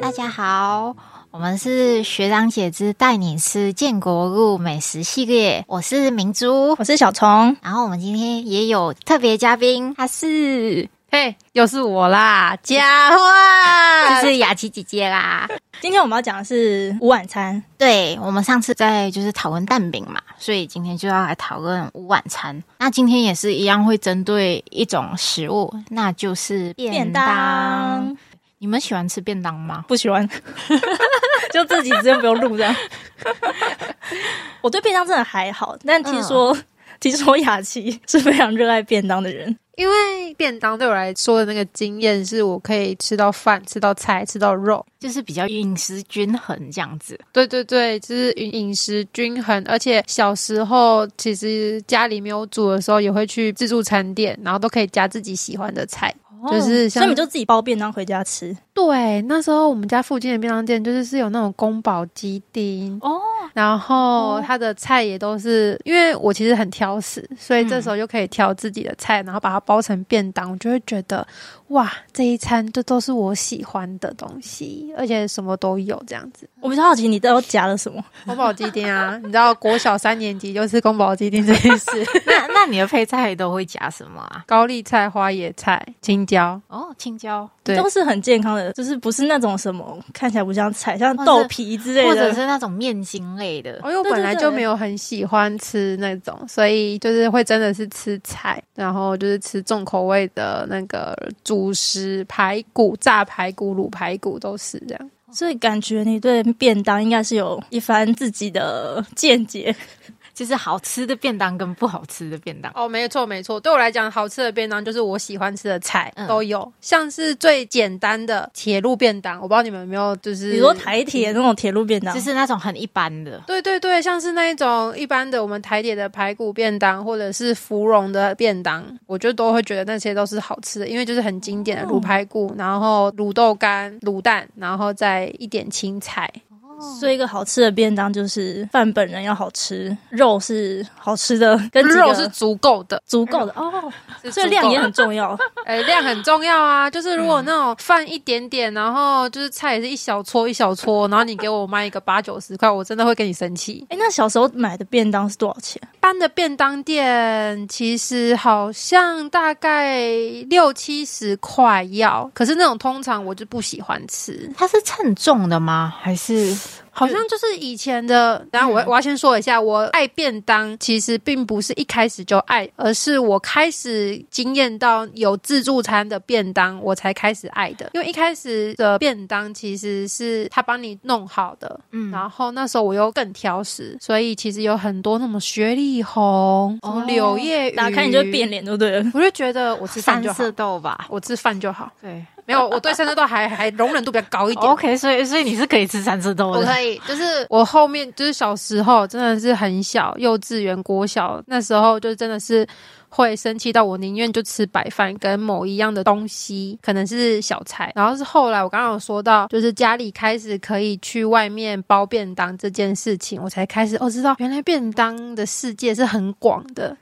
大家好，我们是学长姐之带你吃建国路美食系列，我是明珠，我是小虫，然后我们今天也有特别嘉宾，他是嘿，又是我啦，假话就。是雅琪姐姐啦。今天我们要讲的是午晚餐，对，我们上次在就是讨论蛋饼嘛，所以今天就要来讨论午晚餐。那今天也是一样会针对一种食物，那就是便便当你们喜欢吃便当吗？不喜欢， 就自己直接不用录这样。我对便当真的还好，但听说、听说雅琪是非常热爱便当的人，因为便当对我来说的那个经验是我可以吃到饭、吃到菜、吃到肉。就是比较饮食均衡这样子。对对对，就是饮食均衡，而且小时候其实家里没有煮的时候，也会去自助餐店，然后都可以加自己喜欢的菜。就是所像以你就自己包便当回家吃。对，那时候我们家附近的便当店就是是有那种宫保鸡丁哦，然后它的菜也都是，因为我其实很挑食，所以这嗯时候就可以挑自己的菜，然后把它包成便当，我就会觉得哇，这一餐这都是我喜欢的东西，而且什么都有这样子。我比较好奇你都夹了什么？宫保鸡丁啊，你知道国小三年级就吃宫保鸡丁这件事， 那那你的配菜都会加什么啊？高丽菜、花椰菜、青椒，哦，青椒，对都是很健康的，就是不是那种什么看起来不像菜，像或是豆皮之类的，或者是那种面筋类的。哦因为我对本对来对就没有很喜欢吃那种，所以就是会真的是吃菜，然后就是吃重口味的那个主食，排骨、炸排骨、卤排骨都是这样。所以感觉你对便当应该是有一番自己的见解。就是好吃的便当跟不好吃的便当。哦，没错没错，对我来讲，好吃的便当就是我喜欢吃的菜、嗯都有，像是最简单的铁路便当，我不知道你们有没有，就是你说台铁那种铁路便当，就是那种很一般的，对对对，像是那一种一般的我们台铁的排骨便当，或者是芙蓉的便当，我就都会觉得那些都是好吃的，因为就是很经典的卤排骨，然后卤豆干、卤蛋，然后再一点青菜。所以一个好吃的便当就是饭本人要好吃，肉是好吃的，跟几个肉是足够的，足够的哦，是所以足够量也的很重要。哎、量很重要啊！就是如果那种饭一点点，然后就是菜也是一小撮一小撮，然后你给我卖一个八九十块，我真的会跟你生气。 哎，那小时候买的便当是多少钱？一般的便当店其实好像大概六七十块要，可是那种通常我就不喜欢吃。它是称重的吗？还是好像就是以前的，嗯然后我我要先说一下，我爱便当其实并不是一开始就爱，而是我开始经验到有自助餐的便当，我才开始爱的。因为一开始的便当其实是他帮你弄好的，嗯然后那时候我又更挑食，所以其实有很多那种雪里红、什么柳叶鱼，打开你就会变脸，对不对了？我就觉得我吃饭三就好色，豆吧？我吃饭就好。对没有，我对三色豆还还容忍度比较高一点。 ，OK，所以所以你是可以吃三色豆我的。可以，就是 我后面就是小时候真的是很小，幼稚园、国小那时候就真的是会生气到我宁愿就吃白饭跟某一样的东西，可能是小菜。然后是后来我刚刚有说到，就是家里开始可以去外面包便当这件事情，我才开始哦知道原来便当的世界是很广的。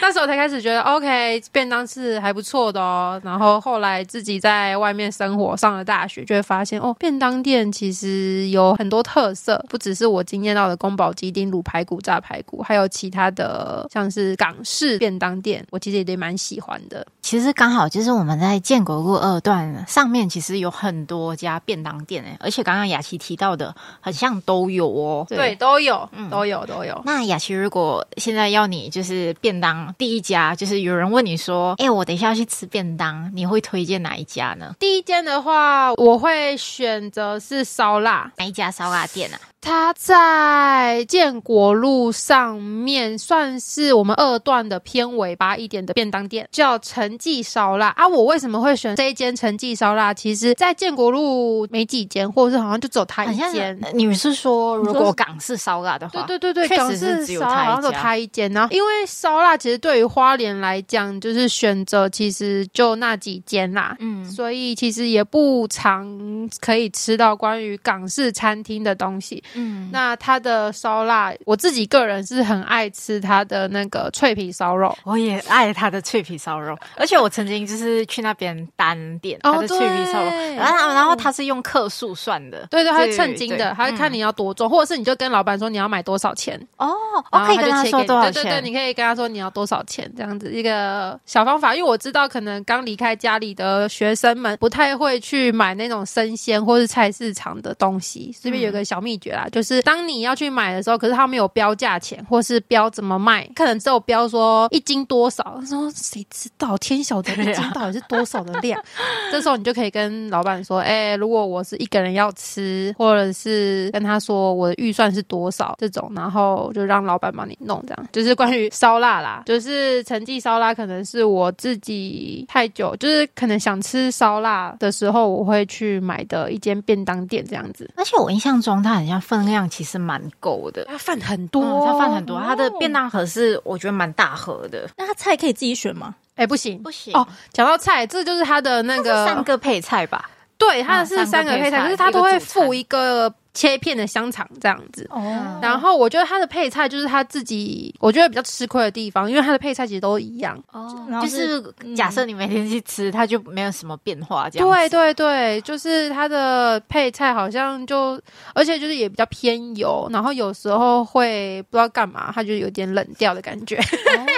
那时候才开始觉得 OK，便当是还不错的哦。然后后来自己在外面生活，上了大学，就会发现哦，便当店其实有很多特色，不只是我经验到的宫保鸡丁、卤排骨、炸排骨，还有其他的像是港式便当店，我其实也得蛮喜欢的。其实刚好就是我们在建国路二段上面，其实有很多家便当店诶、而且刚刚雅琪提到的，很像都有哦。都有嗯都有，都有。那雅琪，如果现在要你就是便当第一家，就是有人问你说：“哎、我等一下要去吃便当，你会推荐哪一家呢？第一间的话，我会选择是烧腊。哪一家烧腊店啊？它在建国路上面，算是我们二段的偏尾巴一点的便当店，叫陈记烧腊啊。我为什么会选这一间陈记烧腊？其实，在建国路没几间，或者是好像就走它好一像间。呃你是说如说果港式烧腊的话，对对对对，确港实是式只有烧腊它好像一走家。它一间，然后因为烧腊其实对于花莲来讲，就是选择其实就那几间啦，嗯，所以其实也不常可以吃到关于港式餐厅的东西。嗯，那它的烧腊，我自己个人是很爱吃它的那个脆皮烧肉。我也爱它的脆皮烧肉，而且我曾经就是去那边单点哦它的脆皮烧肉，对然后然后它是用克数算的，对对，它所以是称斤对嗯的，它会看你要多重，或者是你就跟老板说你要买多少钱，哦，然我后可以就跟他切说给你多少对对对，钱你可以跟他说你啊要多少钱，这样子一个小方法。因为我知道，可能刚离开家里的学生们不太会去买那种生鲜或是菜市场的东西。这边有个小秘诀嗯啦，就是当你要去买的时候，可是他没有标价钱，或是标怎么卖，可能只有标说一斤多少。他说谁知道天晓得一对啊斤到底是多少的量？这时候你就可以跟老板说，哎、如果我是一个人要吃，或者是跟他说我的预算是多少这种，然后就让老板帮你弄，这样就是关于烧腊啦，就是陈记烧腊可能是我自己太久，就是可能想吃烧腊的时候，我会去买的一间便当店这样子。而且我印象中它好像分量其实蛮够的。它饭很嗯，它饭很多，哦它的便当盒是我觉得蛮大盒的，那他菜可以自己选吗？哎、不行。不行哦，讲到菜，这就是它的那个三个配菜吧，对，它嗯是三三个个配配菜，菜可是它都会一个主附餐一个切片的香肠这样子。哦然后我觉得它的配菜就是它自己，我觉得比较吃亏的地方，因为它的配菜其实都一样。哦然后就是嗯假设你每天去吃，它就没有什么变化，这样对子对对，就是它的配菜好像就，而且就是也比较偏油，然后有时候会不知道干嘛，它就有点冷掉的感觉。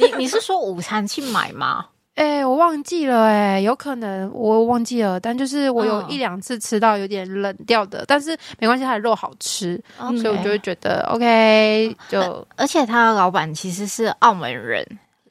你你是说午餐去买吗？哎、我忘记了、哎，有可能我忘记了，但就是我有嗯一两次吃到有点冷掉的，但是没关系，它的肉好吃，哦嗯，所以我就会觉得 OK，就而且他的老板其实是澳门人。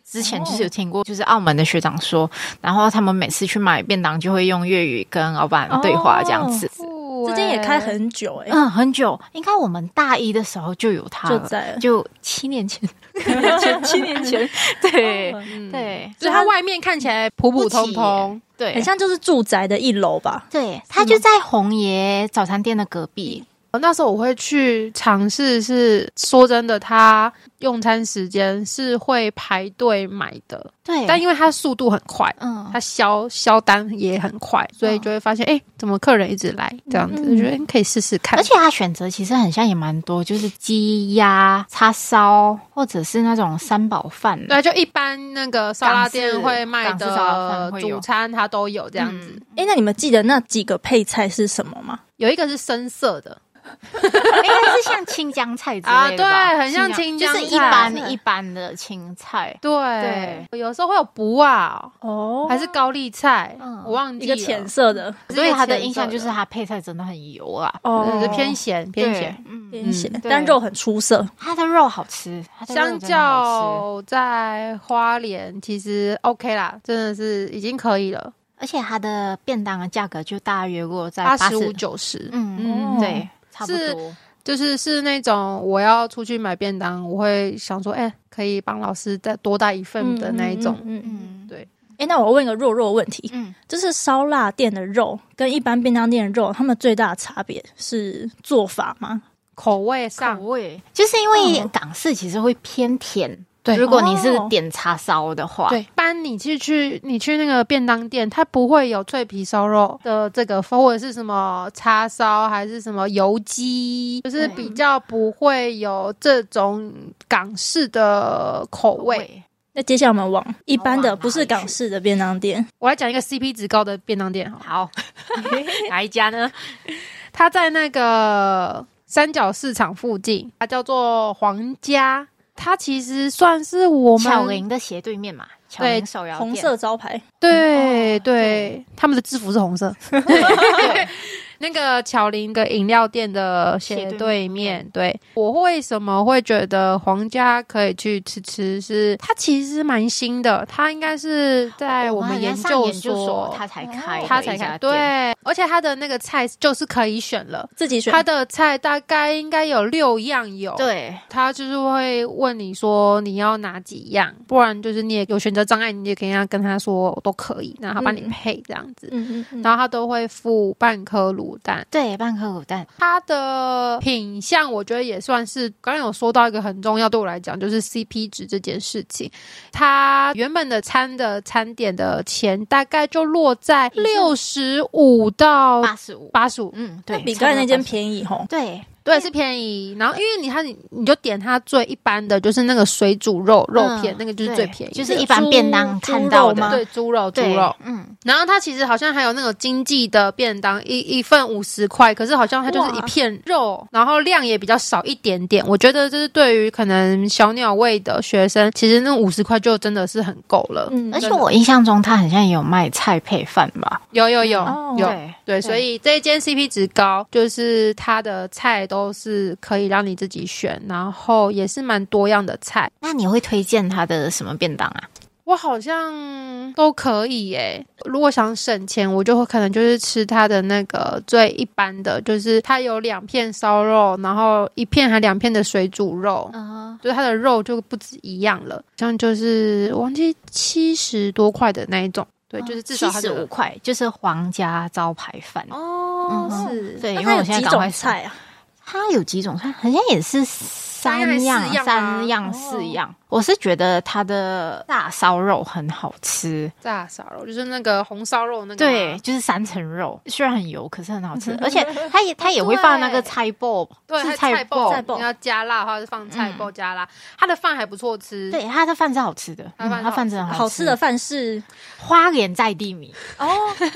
之前就是有听过，就是澳门的学长说，然后他们每次去买便当就会用粤语跟老板对话这样子。这这间也开很久哎、嗯，很久，应该我们大一的时候就有他就了， 在了就七年前， 就七年 前，对嗯，对所以它外面看起来普普通通，对很，像就是住宅的一楼吧。对，他就在红爷早餐店的隔壁。那时候我会去尝试是，说真的，它用餐时间是会排队买的，对，但因为它速度很快，嗯，它销销单也很快，所以就会发现，哎、怎么客人一直来这样子？嗯我觉得可以试试看而。且他选择其实很像也蛮多，就是鸡鸭叉烧，或者是那种三宝饭。对，就一般那个烧腊店港式会卖港式烧腊的饭会有主餐，它都有这样子。嗯哎、那你们记得那几个配菜是什么吗？有一个是深色的，嗯应该是像青江菜之类的吧 啊对很像青江就菜是一般一般的青菜。对，有时候会有补啊，哦还是高丽菜，嗯我忘记一了个浅色的所以他的印象就是它他配菜真的很油啊，哦对是偏咸偏对咸。，嗯，偏咸、嗯对但肉很出色。他的肉好吃，它的肉相真的好吃较在花莲，其实 OK 啦，真的是已经可以了，而且它的便当的价格就大约落在八八十五，九十，嗯哦嗯，对，差不是多。就是是那种我要出去买便当，我会想说，哎、可以帮老师再多带一份的那一种。嗯嗯嗯。嗯，对，哎、那我问一个弱弱的问题，嗯，就是烧腊店的肉跟一般便当店的肉，他们最大的差别是做法吗？口味口上，味就是因为嗯港式其实会偏甜，对如果你是哦点叉烧的话，对，不然你去去你去那个便当店，它不会有脆皮烧肉的这个，或者是什么叉烧，还是什么油鸡，就是比较不会有这种港式的口味。那接下来我们往一般哦往哪的里不是港式的便当店，我来讲一个 CP 值高的便当店哈，好， 哪一家呢？它在那个三角市场附近，它叫做皇家，它其实算是我们巧玲的斜对面嘛，巧对玲手摇店红色招牌，啊对哦 对，他们的制服是红色。那个巧玲的饮料店的斜对面，对我为什么会觉得皇家可以去吃吃是？它其实蛮新的，它应该是在我们研究所，他才开的一家店，它才开对，而且它的那个菜就是可以选了，自己选它的菜大概应该有六样有，对他就是会问你说你要哪几样，不然就是你也有选择障碍，你也可以跟他跟他说都可以，然后他帮你配这样子。嗯嗯嗯，然后他都会附半颗卤蛋，对，半颗卤蛋，它的品相我觉得也算是刚刚有说到一个很重要，对我来讲就是 CP 值这件事情。它原本的餐的餐点的钱大概就落在六十五到八十五，八十五，嗯，对，比刚才那间宜，便宜吼。对，对，是便宜。然后因为你它你你就点它最一般的，就是那个水煮肉肉片，嗯那个就是对最便宜的，就是一般便当看到猪肉吗的，对猪肉猪对肉。，嗯，然后它其实好像还有那种经济的便当，一一份五十块，可是好像它就是一哇片肉，然后量也比较少一点点。我觉得就是对于可能小鸟胃的学生，其实那五十块就真的是很够了。嗯而且我印象中他好像也有卖菜配饭吧，有有有、哦有。嗯对对，所以这一间 CP 值高，就是它的菜都是可以让你自己选，然后也是蛮多样的菜。那你会推荐他的什么便当啊？我好像都可以耶。如果想省钱，我就会可能就是吃它的那个最一般的，就是它有两片烧肉，然后一片还两片的水煮肉。嗯，就是它的肉就不止一样了，好像就是我忘记七十多块的那一种，对，就是至少它哦十的五块，就是皇家招牌饭。哦嗯是对，那因它为有我现在几赶快种菜啊？它有几种菜，好像也是三三样还样是四、样吗三样、四样。我是觉得它的大烧肉很好吃，炸烧肉，就是那个红烧肉那个，对，，就是三层肉，虽然很油，可是很好吃，而且它 也它也会放那个菜包，嗯对，是它菜嗯菜包菜包你要加辣的话是放菜包加辣，它的饭还不错吃，对，它的饭是好吃的，它的饭嗯它饭真的好吃吃的饭是花莲在地米，哦，是吗？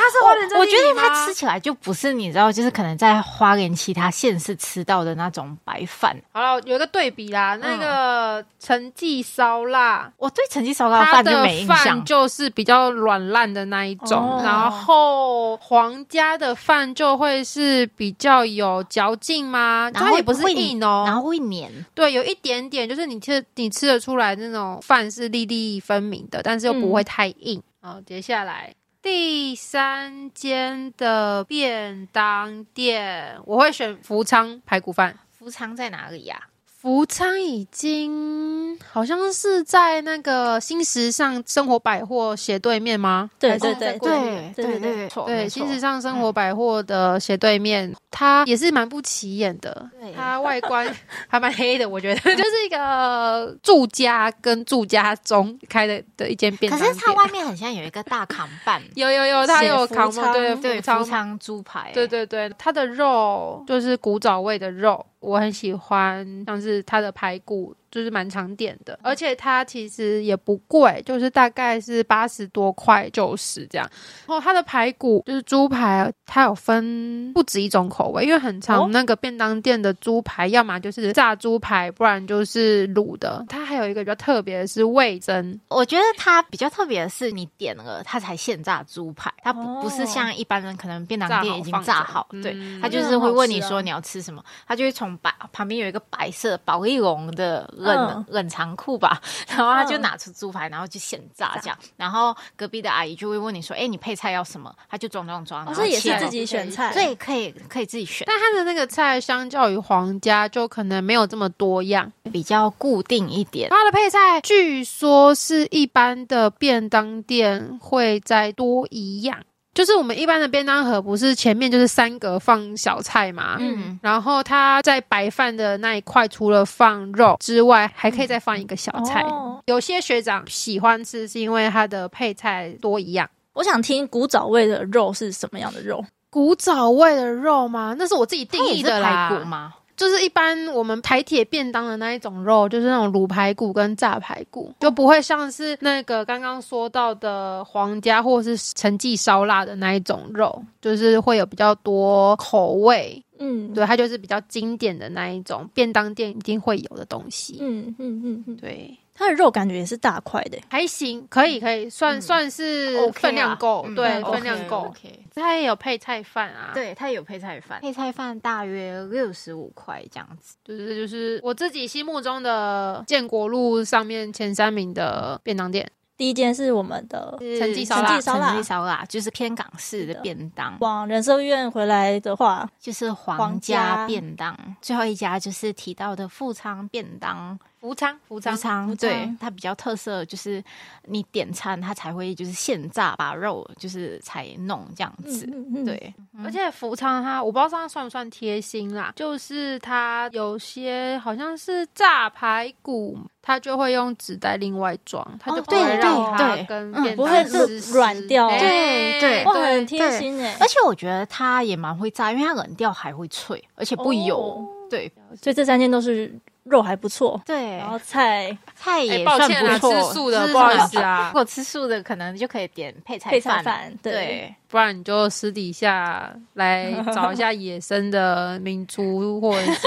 它是花莲在我地觉得里吗它吃起来就不是你知道，就是可能在花莲其他县市吃到的那种白饭。好了，有一个对比啦，嗯那个陈记烧腊。我对陈记烧腊它啊饭就的没印象饭，就是比较软烂的那一种，哦然后皇家的饭就会是比较有嚼劲吗？然后它也不是会硬然哦，后会黏，对，有一点点，就是你吃你吃得出来那种饭是粒粒分明的，但是又不会太硬。好，接下来第三间的便当店，我会选福昌排骨饭。福昌在哪里啊呀、福昌已经好像是在那个新时尚生活百货斜对面吗？对还对是在对过路对对对对对，错对，哦没错嗯新时尚生活百货的斜对面，它也是蛮不起眼的对，它外 观还蛮黑的，我觉得就是一个住家跟住家中开的的一间便可当是店。它外面好像有一个大扛板，有有有，它写有福扛昌 对对，昌福昌猪排，对对对，它的肉就是古早味的肉，我很喜欢，像是它的排骨就是蛮常点的，而且它其实也不贵，就是大概是八十多块九十这样。然后它的排骨就是猪排，它有分不止一种口味，因为很哦常那个便当店的猪排，要么就是炸猪排，不然就是卤的。它还有一个比较特别的是味增，我觉得它比较特别的是，你点了它才现炸猪排，它不、哦不是像一般人可能便当店已经炸炸好好，放着对嗯，它就是会问你说你要吃什么，它就会从白旁边有一个白色保丽龙的冷、嗯冷藏库吧，然后他就嗯拿出猪排，然后就现炸这样，然后隔壁的阿姨就会问你说，哎、你配菜要什么？他就装装装，哦，然这后也是切自己选菜，对，可啊以可以自己选，但它的那个菜相较于皇家就可能没有这么多样。比较固定一点。它的配菜据说是一般的便当店会再多一样，就是我们一般的便当盒不是前面就是三格放小菜嘛。嗯，然后它在白饭的那一块，除了放肉之外，还可以再放一个小菜。哦有些学长喜欢吃，是因为它的配菜多一样。我想听古早味的肉是什么样的肉？古早味的肉吗？那是我自己定它也义是的啦。排骨吗？就是一般我们台铁便当的那一种肉，就是那种卤排骨跟炸排骨，就不会像是那个刚刚说到的皇家或是陈记烧腊的那一种肉，就是会有比较多口味。嗯，啊对，它就是比较经典的那一种便当店一定会有的东西。嗯嗯嗯嗯，对，它的肉感觉也是大块的、还行，可以可以，算、嗯算是 OK 啦分量够，嗯对，嗯分量够。 OK，它也有配菜饭啊，对，它有配菜饭，配菜饭大约六十五块这样子。对，就是就是我自己心目中的建国路上面前三名的便当店，第一间是我们的陈记烧陈腊记，烧腊陈记烧腊就是偏港式是的的便当，往人社院回来的话，就是皇皇家家便当。最后一家就是提到的富昌便当，福昌福福昌昌福对昌它比较特色就是你点餐它才会就是现炸把肉就是才弄这样子，嗯嗯，对，而且福昌它，我不知道这样算不算贴心啦，就是它有些好像是炸排骨，它就会用纸袋另外装，它就不哦对会让它对跟嗯便不会当湿湿软掉哎哦对对哇，对很贴心哎、而且我觉得它也蛮会炸，因为它冷掉还会脆，而且不油，哦对所以这三间都是肉还不错，对然，后菜菜哎也抱算歉不啊，错。吃素的吃不好意素思啊如，果吃素的，可能就可以点配菜配菜饭啊。饭，对，对，不然你就私底下来找一下野生的明珠或者是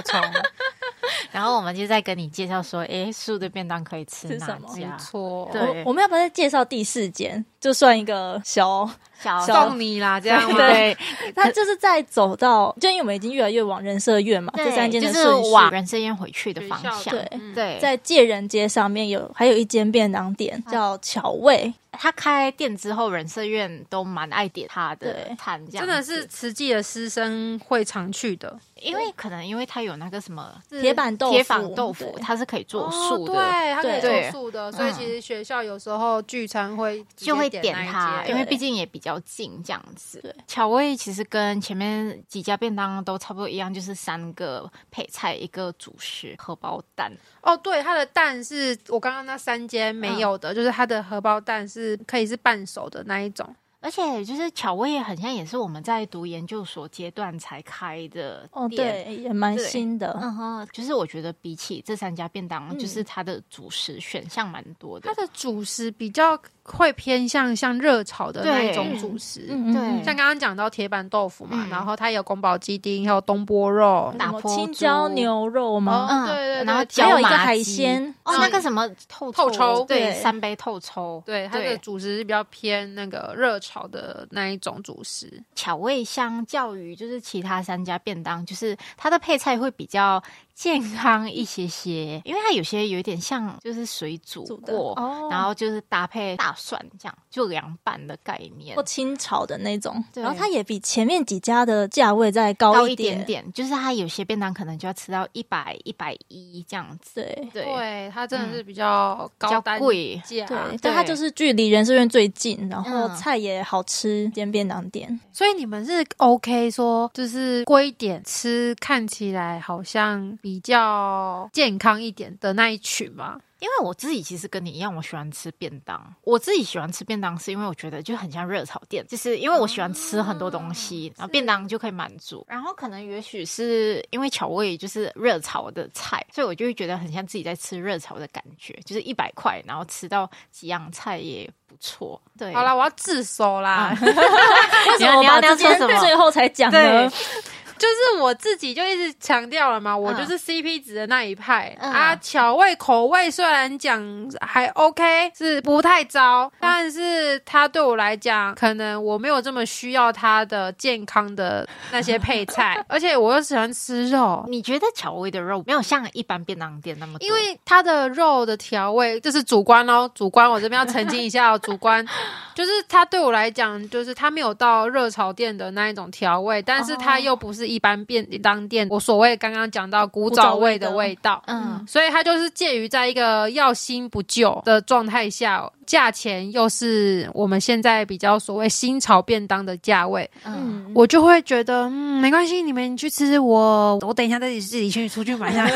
虫，然后我们就再跟你介绍说，哎，素的便当可以吃吃哪什么家？错，对我我们要不要再介绍第四间？就算一个 小，小小送你啦，这样吗？对，它就是在走到，就因为我们已经越来越往人社院嘛，这三间就的是顺序。往人生烟回去的方学校向。对嗯对，在在界人街上面有，还有一间便当店叫巧味，他开店之后，人社院都蛮爱点他的对餐，这样真的子是慈济的师生会常去的，因为可能因为他有那个什么铁板豆腐，铁板豆腐，对它是可以做素的，哦对，它可以对嗯做素的，所以其实学校有时候聚餐会直接就会点点那一它，间因为对毕竟也比较近这样子。对，巧味其实跟前面几家便当都差不多一样，就是三个配菜，一个主食，荷包蛋。哦，对，它的蛋是我刚刚那三间嗯没有的，就是它的荷包蛋是可以是半熟的那一种，而且就是巧味很像，也是我们在读研究所阶段才开的哦，店。对，也蛮对新的。嗯哼，就是我觉得比起这三家便当，嗯就是它的主食选项蛮多的嗯它。的主食比较会偏向像热炒的那一种对主食。嗯对像刚刚讲到铁板豆腐嘛，嗯然后它有宫保鸡丁，还有东坡肉，打什么破青猪椒牛肉吗？哦对对对然后还有椒一个麻海鸡鲜，哦，那个什么透透抽对，对三杯透抽，对，它的主食是比较偏那个热炒的那一种主食。巧味相较于就是其他三家便当，就是它的配菜会比较健康一些些，因为它有些有一点像就是水煮煮的过，哦然后就是搭配大蒜这样，就凉拌的概念或。清炒的那种，对然后它也比前面几家的价位再高高一一点点。点，就是它有些便当可能就要吃到一百、一百一这样子，对对，嗯对，它真的是比较比高较单贵。价，对，对但它就是距离人事院最近，然后嗯菜也好吃，兼便当店。所以你们是 OK 说，就是归点吃，看起来好像比较健康一点的那一群嘛。因为我自己其实跟你一样，我喜欢吃便当。我自己喜欢吃便当，是因为我觉得就很像热炒店，就是因为我喜欢吃很多东西，然后便当就可以满足。哦然后可能也许是因为巧味就是热炒的菜，所以我就会觉得很像自己在吃热炒的感觉，就是一百块，然后吃到几样菜也不错。对，啊好啦，，我要自首啦，为为什么 你要把你要说这间什么？最后才讲呢对？ 就是我自己就一直强调了嘛，我嗯就是 CP 值的那一派、嗯啊。巧味口味虽然讲还 OK，是不太糟，嗯但是它对我来讲，可能我没有这么需要它的健康的那些 配菜，而且我又喜欢吃肉，你觉得巧味的肉没有像一般便当店那么多？因为它的肉的调味，这是主观哦，主观，我这边要澄清一下哦，主 观，就是它对我来讲，就是它没有到热炒店的那一种调味，但是它又不是一般便当店，我所谓刚刚讲到古早味的味道。嗯，所以它就是介于在一个要新不旧的状态下，价钱又是我们现在比较所谓新潮便当的价位，嗯我就会觉得，嗯，没关系，你们去吃我，我等一下再自己去出去买一 下。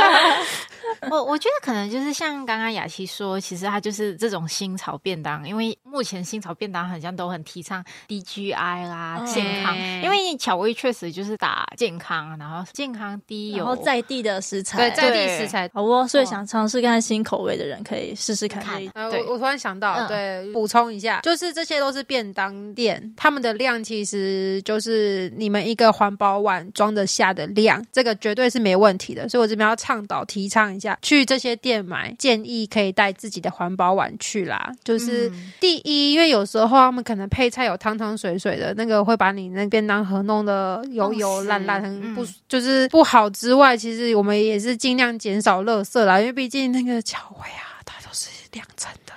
我我觉得可能就是像刚刚雅琪说，其实它就是这种新潮便当，因为目前新潮便当好像都很提倡 DGI 啦、嗯健康，嗯因为巧味确实就是打健康，然后健康低然油，后在地的食材，对，在地对食材好哦。所以哦想尝试看看新口味的人可以试试看看啊这一呃，对我我突然想到，嗯对，补充一下，就是这些都是便当店，他们的量其实就是你们一个环保碗装得下的量，这个绝对是没问题的。所以我这边要倡导提倡一下，下，去这些店买，建议可以带自己的环保碗去啦。就是嗯第一，因为有时候他们可能配菜有汤汤水水的，那个会把你那便当盒弄得油油弄烂烂，湿很嗯不、就是不好之外，其实我们也是尽量减少垃圾啦，因为毕竟那个巧味啊，它都是两层的。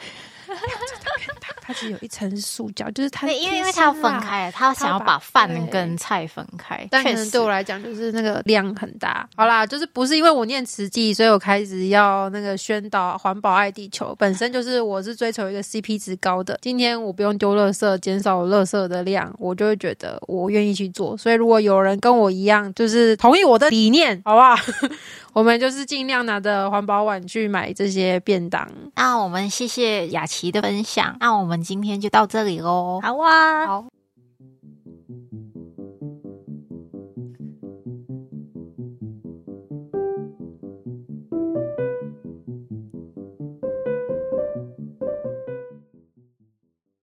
两层的便当，它只有一层塑胶，就是它对，因为因贴为心他要分啦开，他想要把饭跟菜分开，但可确能实对我来讲，就是那个量很大。好啦，就是不是因为我念慈济，所以我开始要那个宣导环保爱地球。本身就是我是追求一个 CP 值高的。今天我不用丢垃圾，减少我垃圾的量，我就会觉得我愿意去做。所以如果有人跟我一样，就是同意我的理念，好不好？ 我们就是尽量拿着环保碗去买这些便当。那我们谢谢雅琪的分享，那我们今天就到这里喽。好啊，好，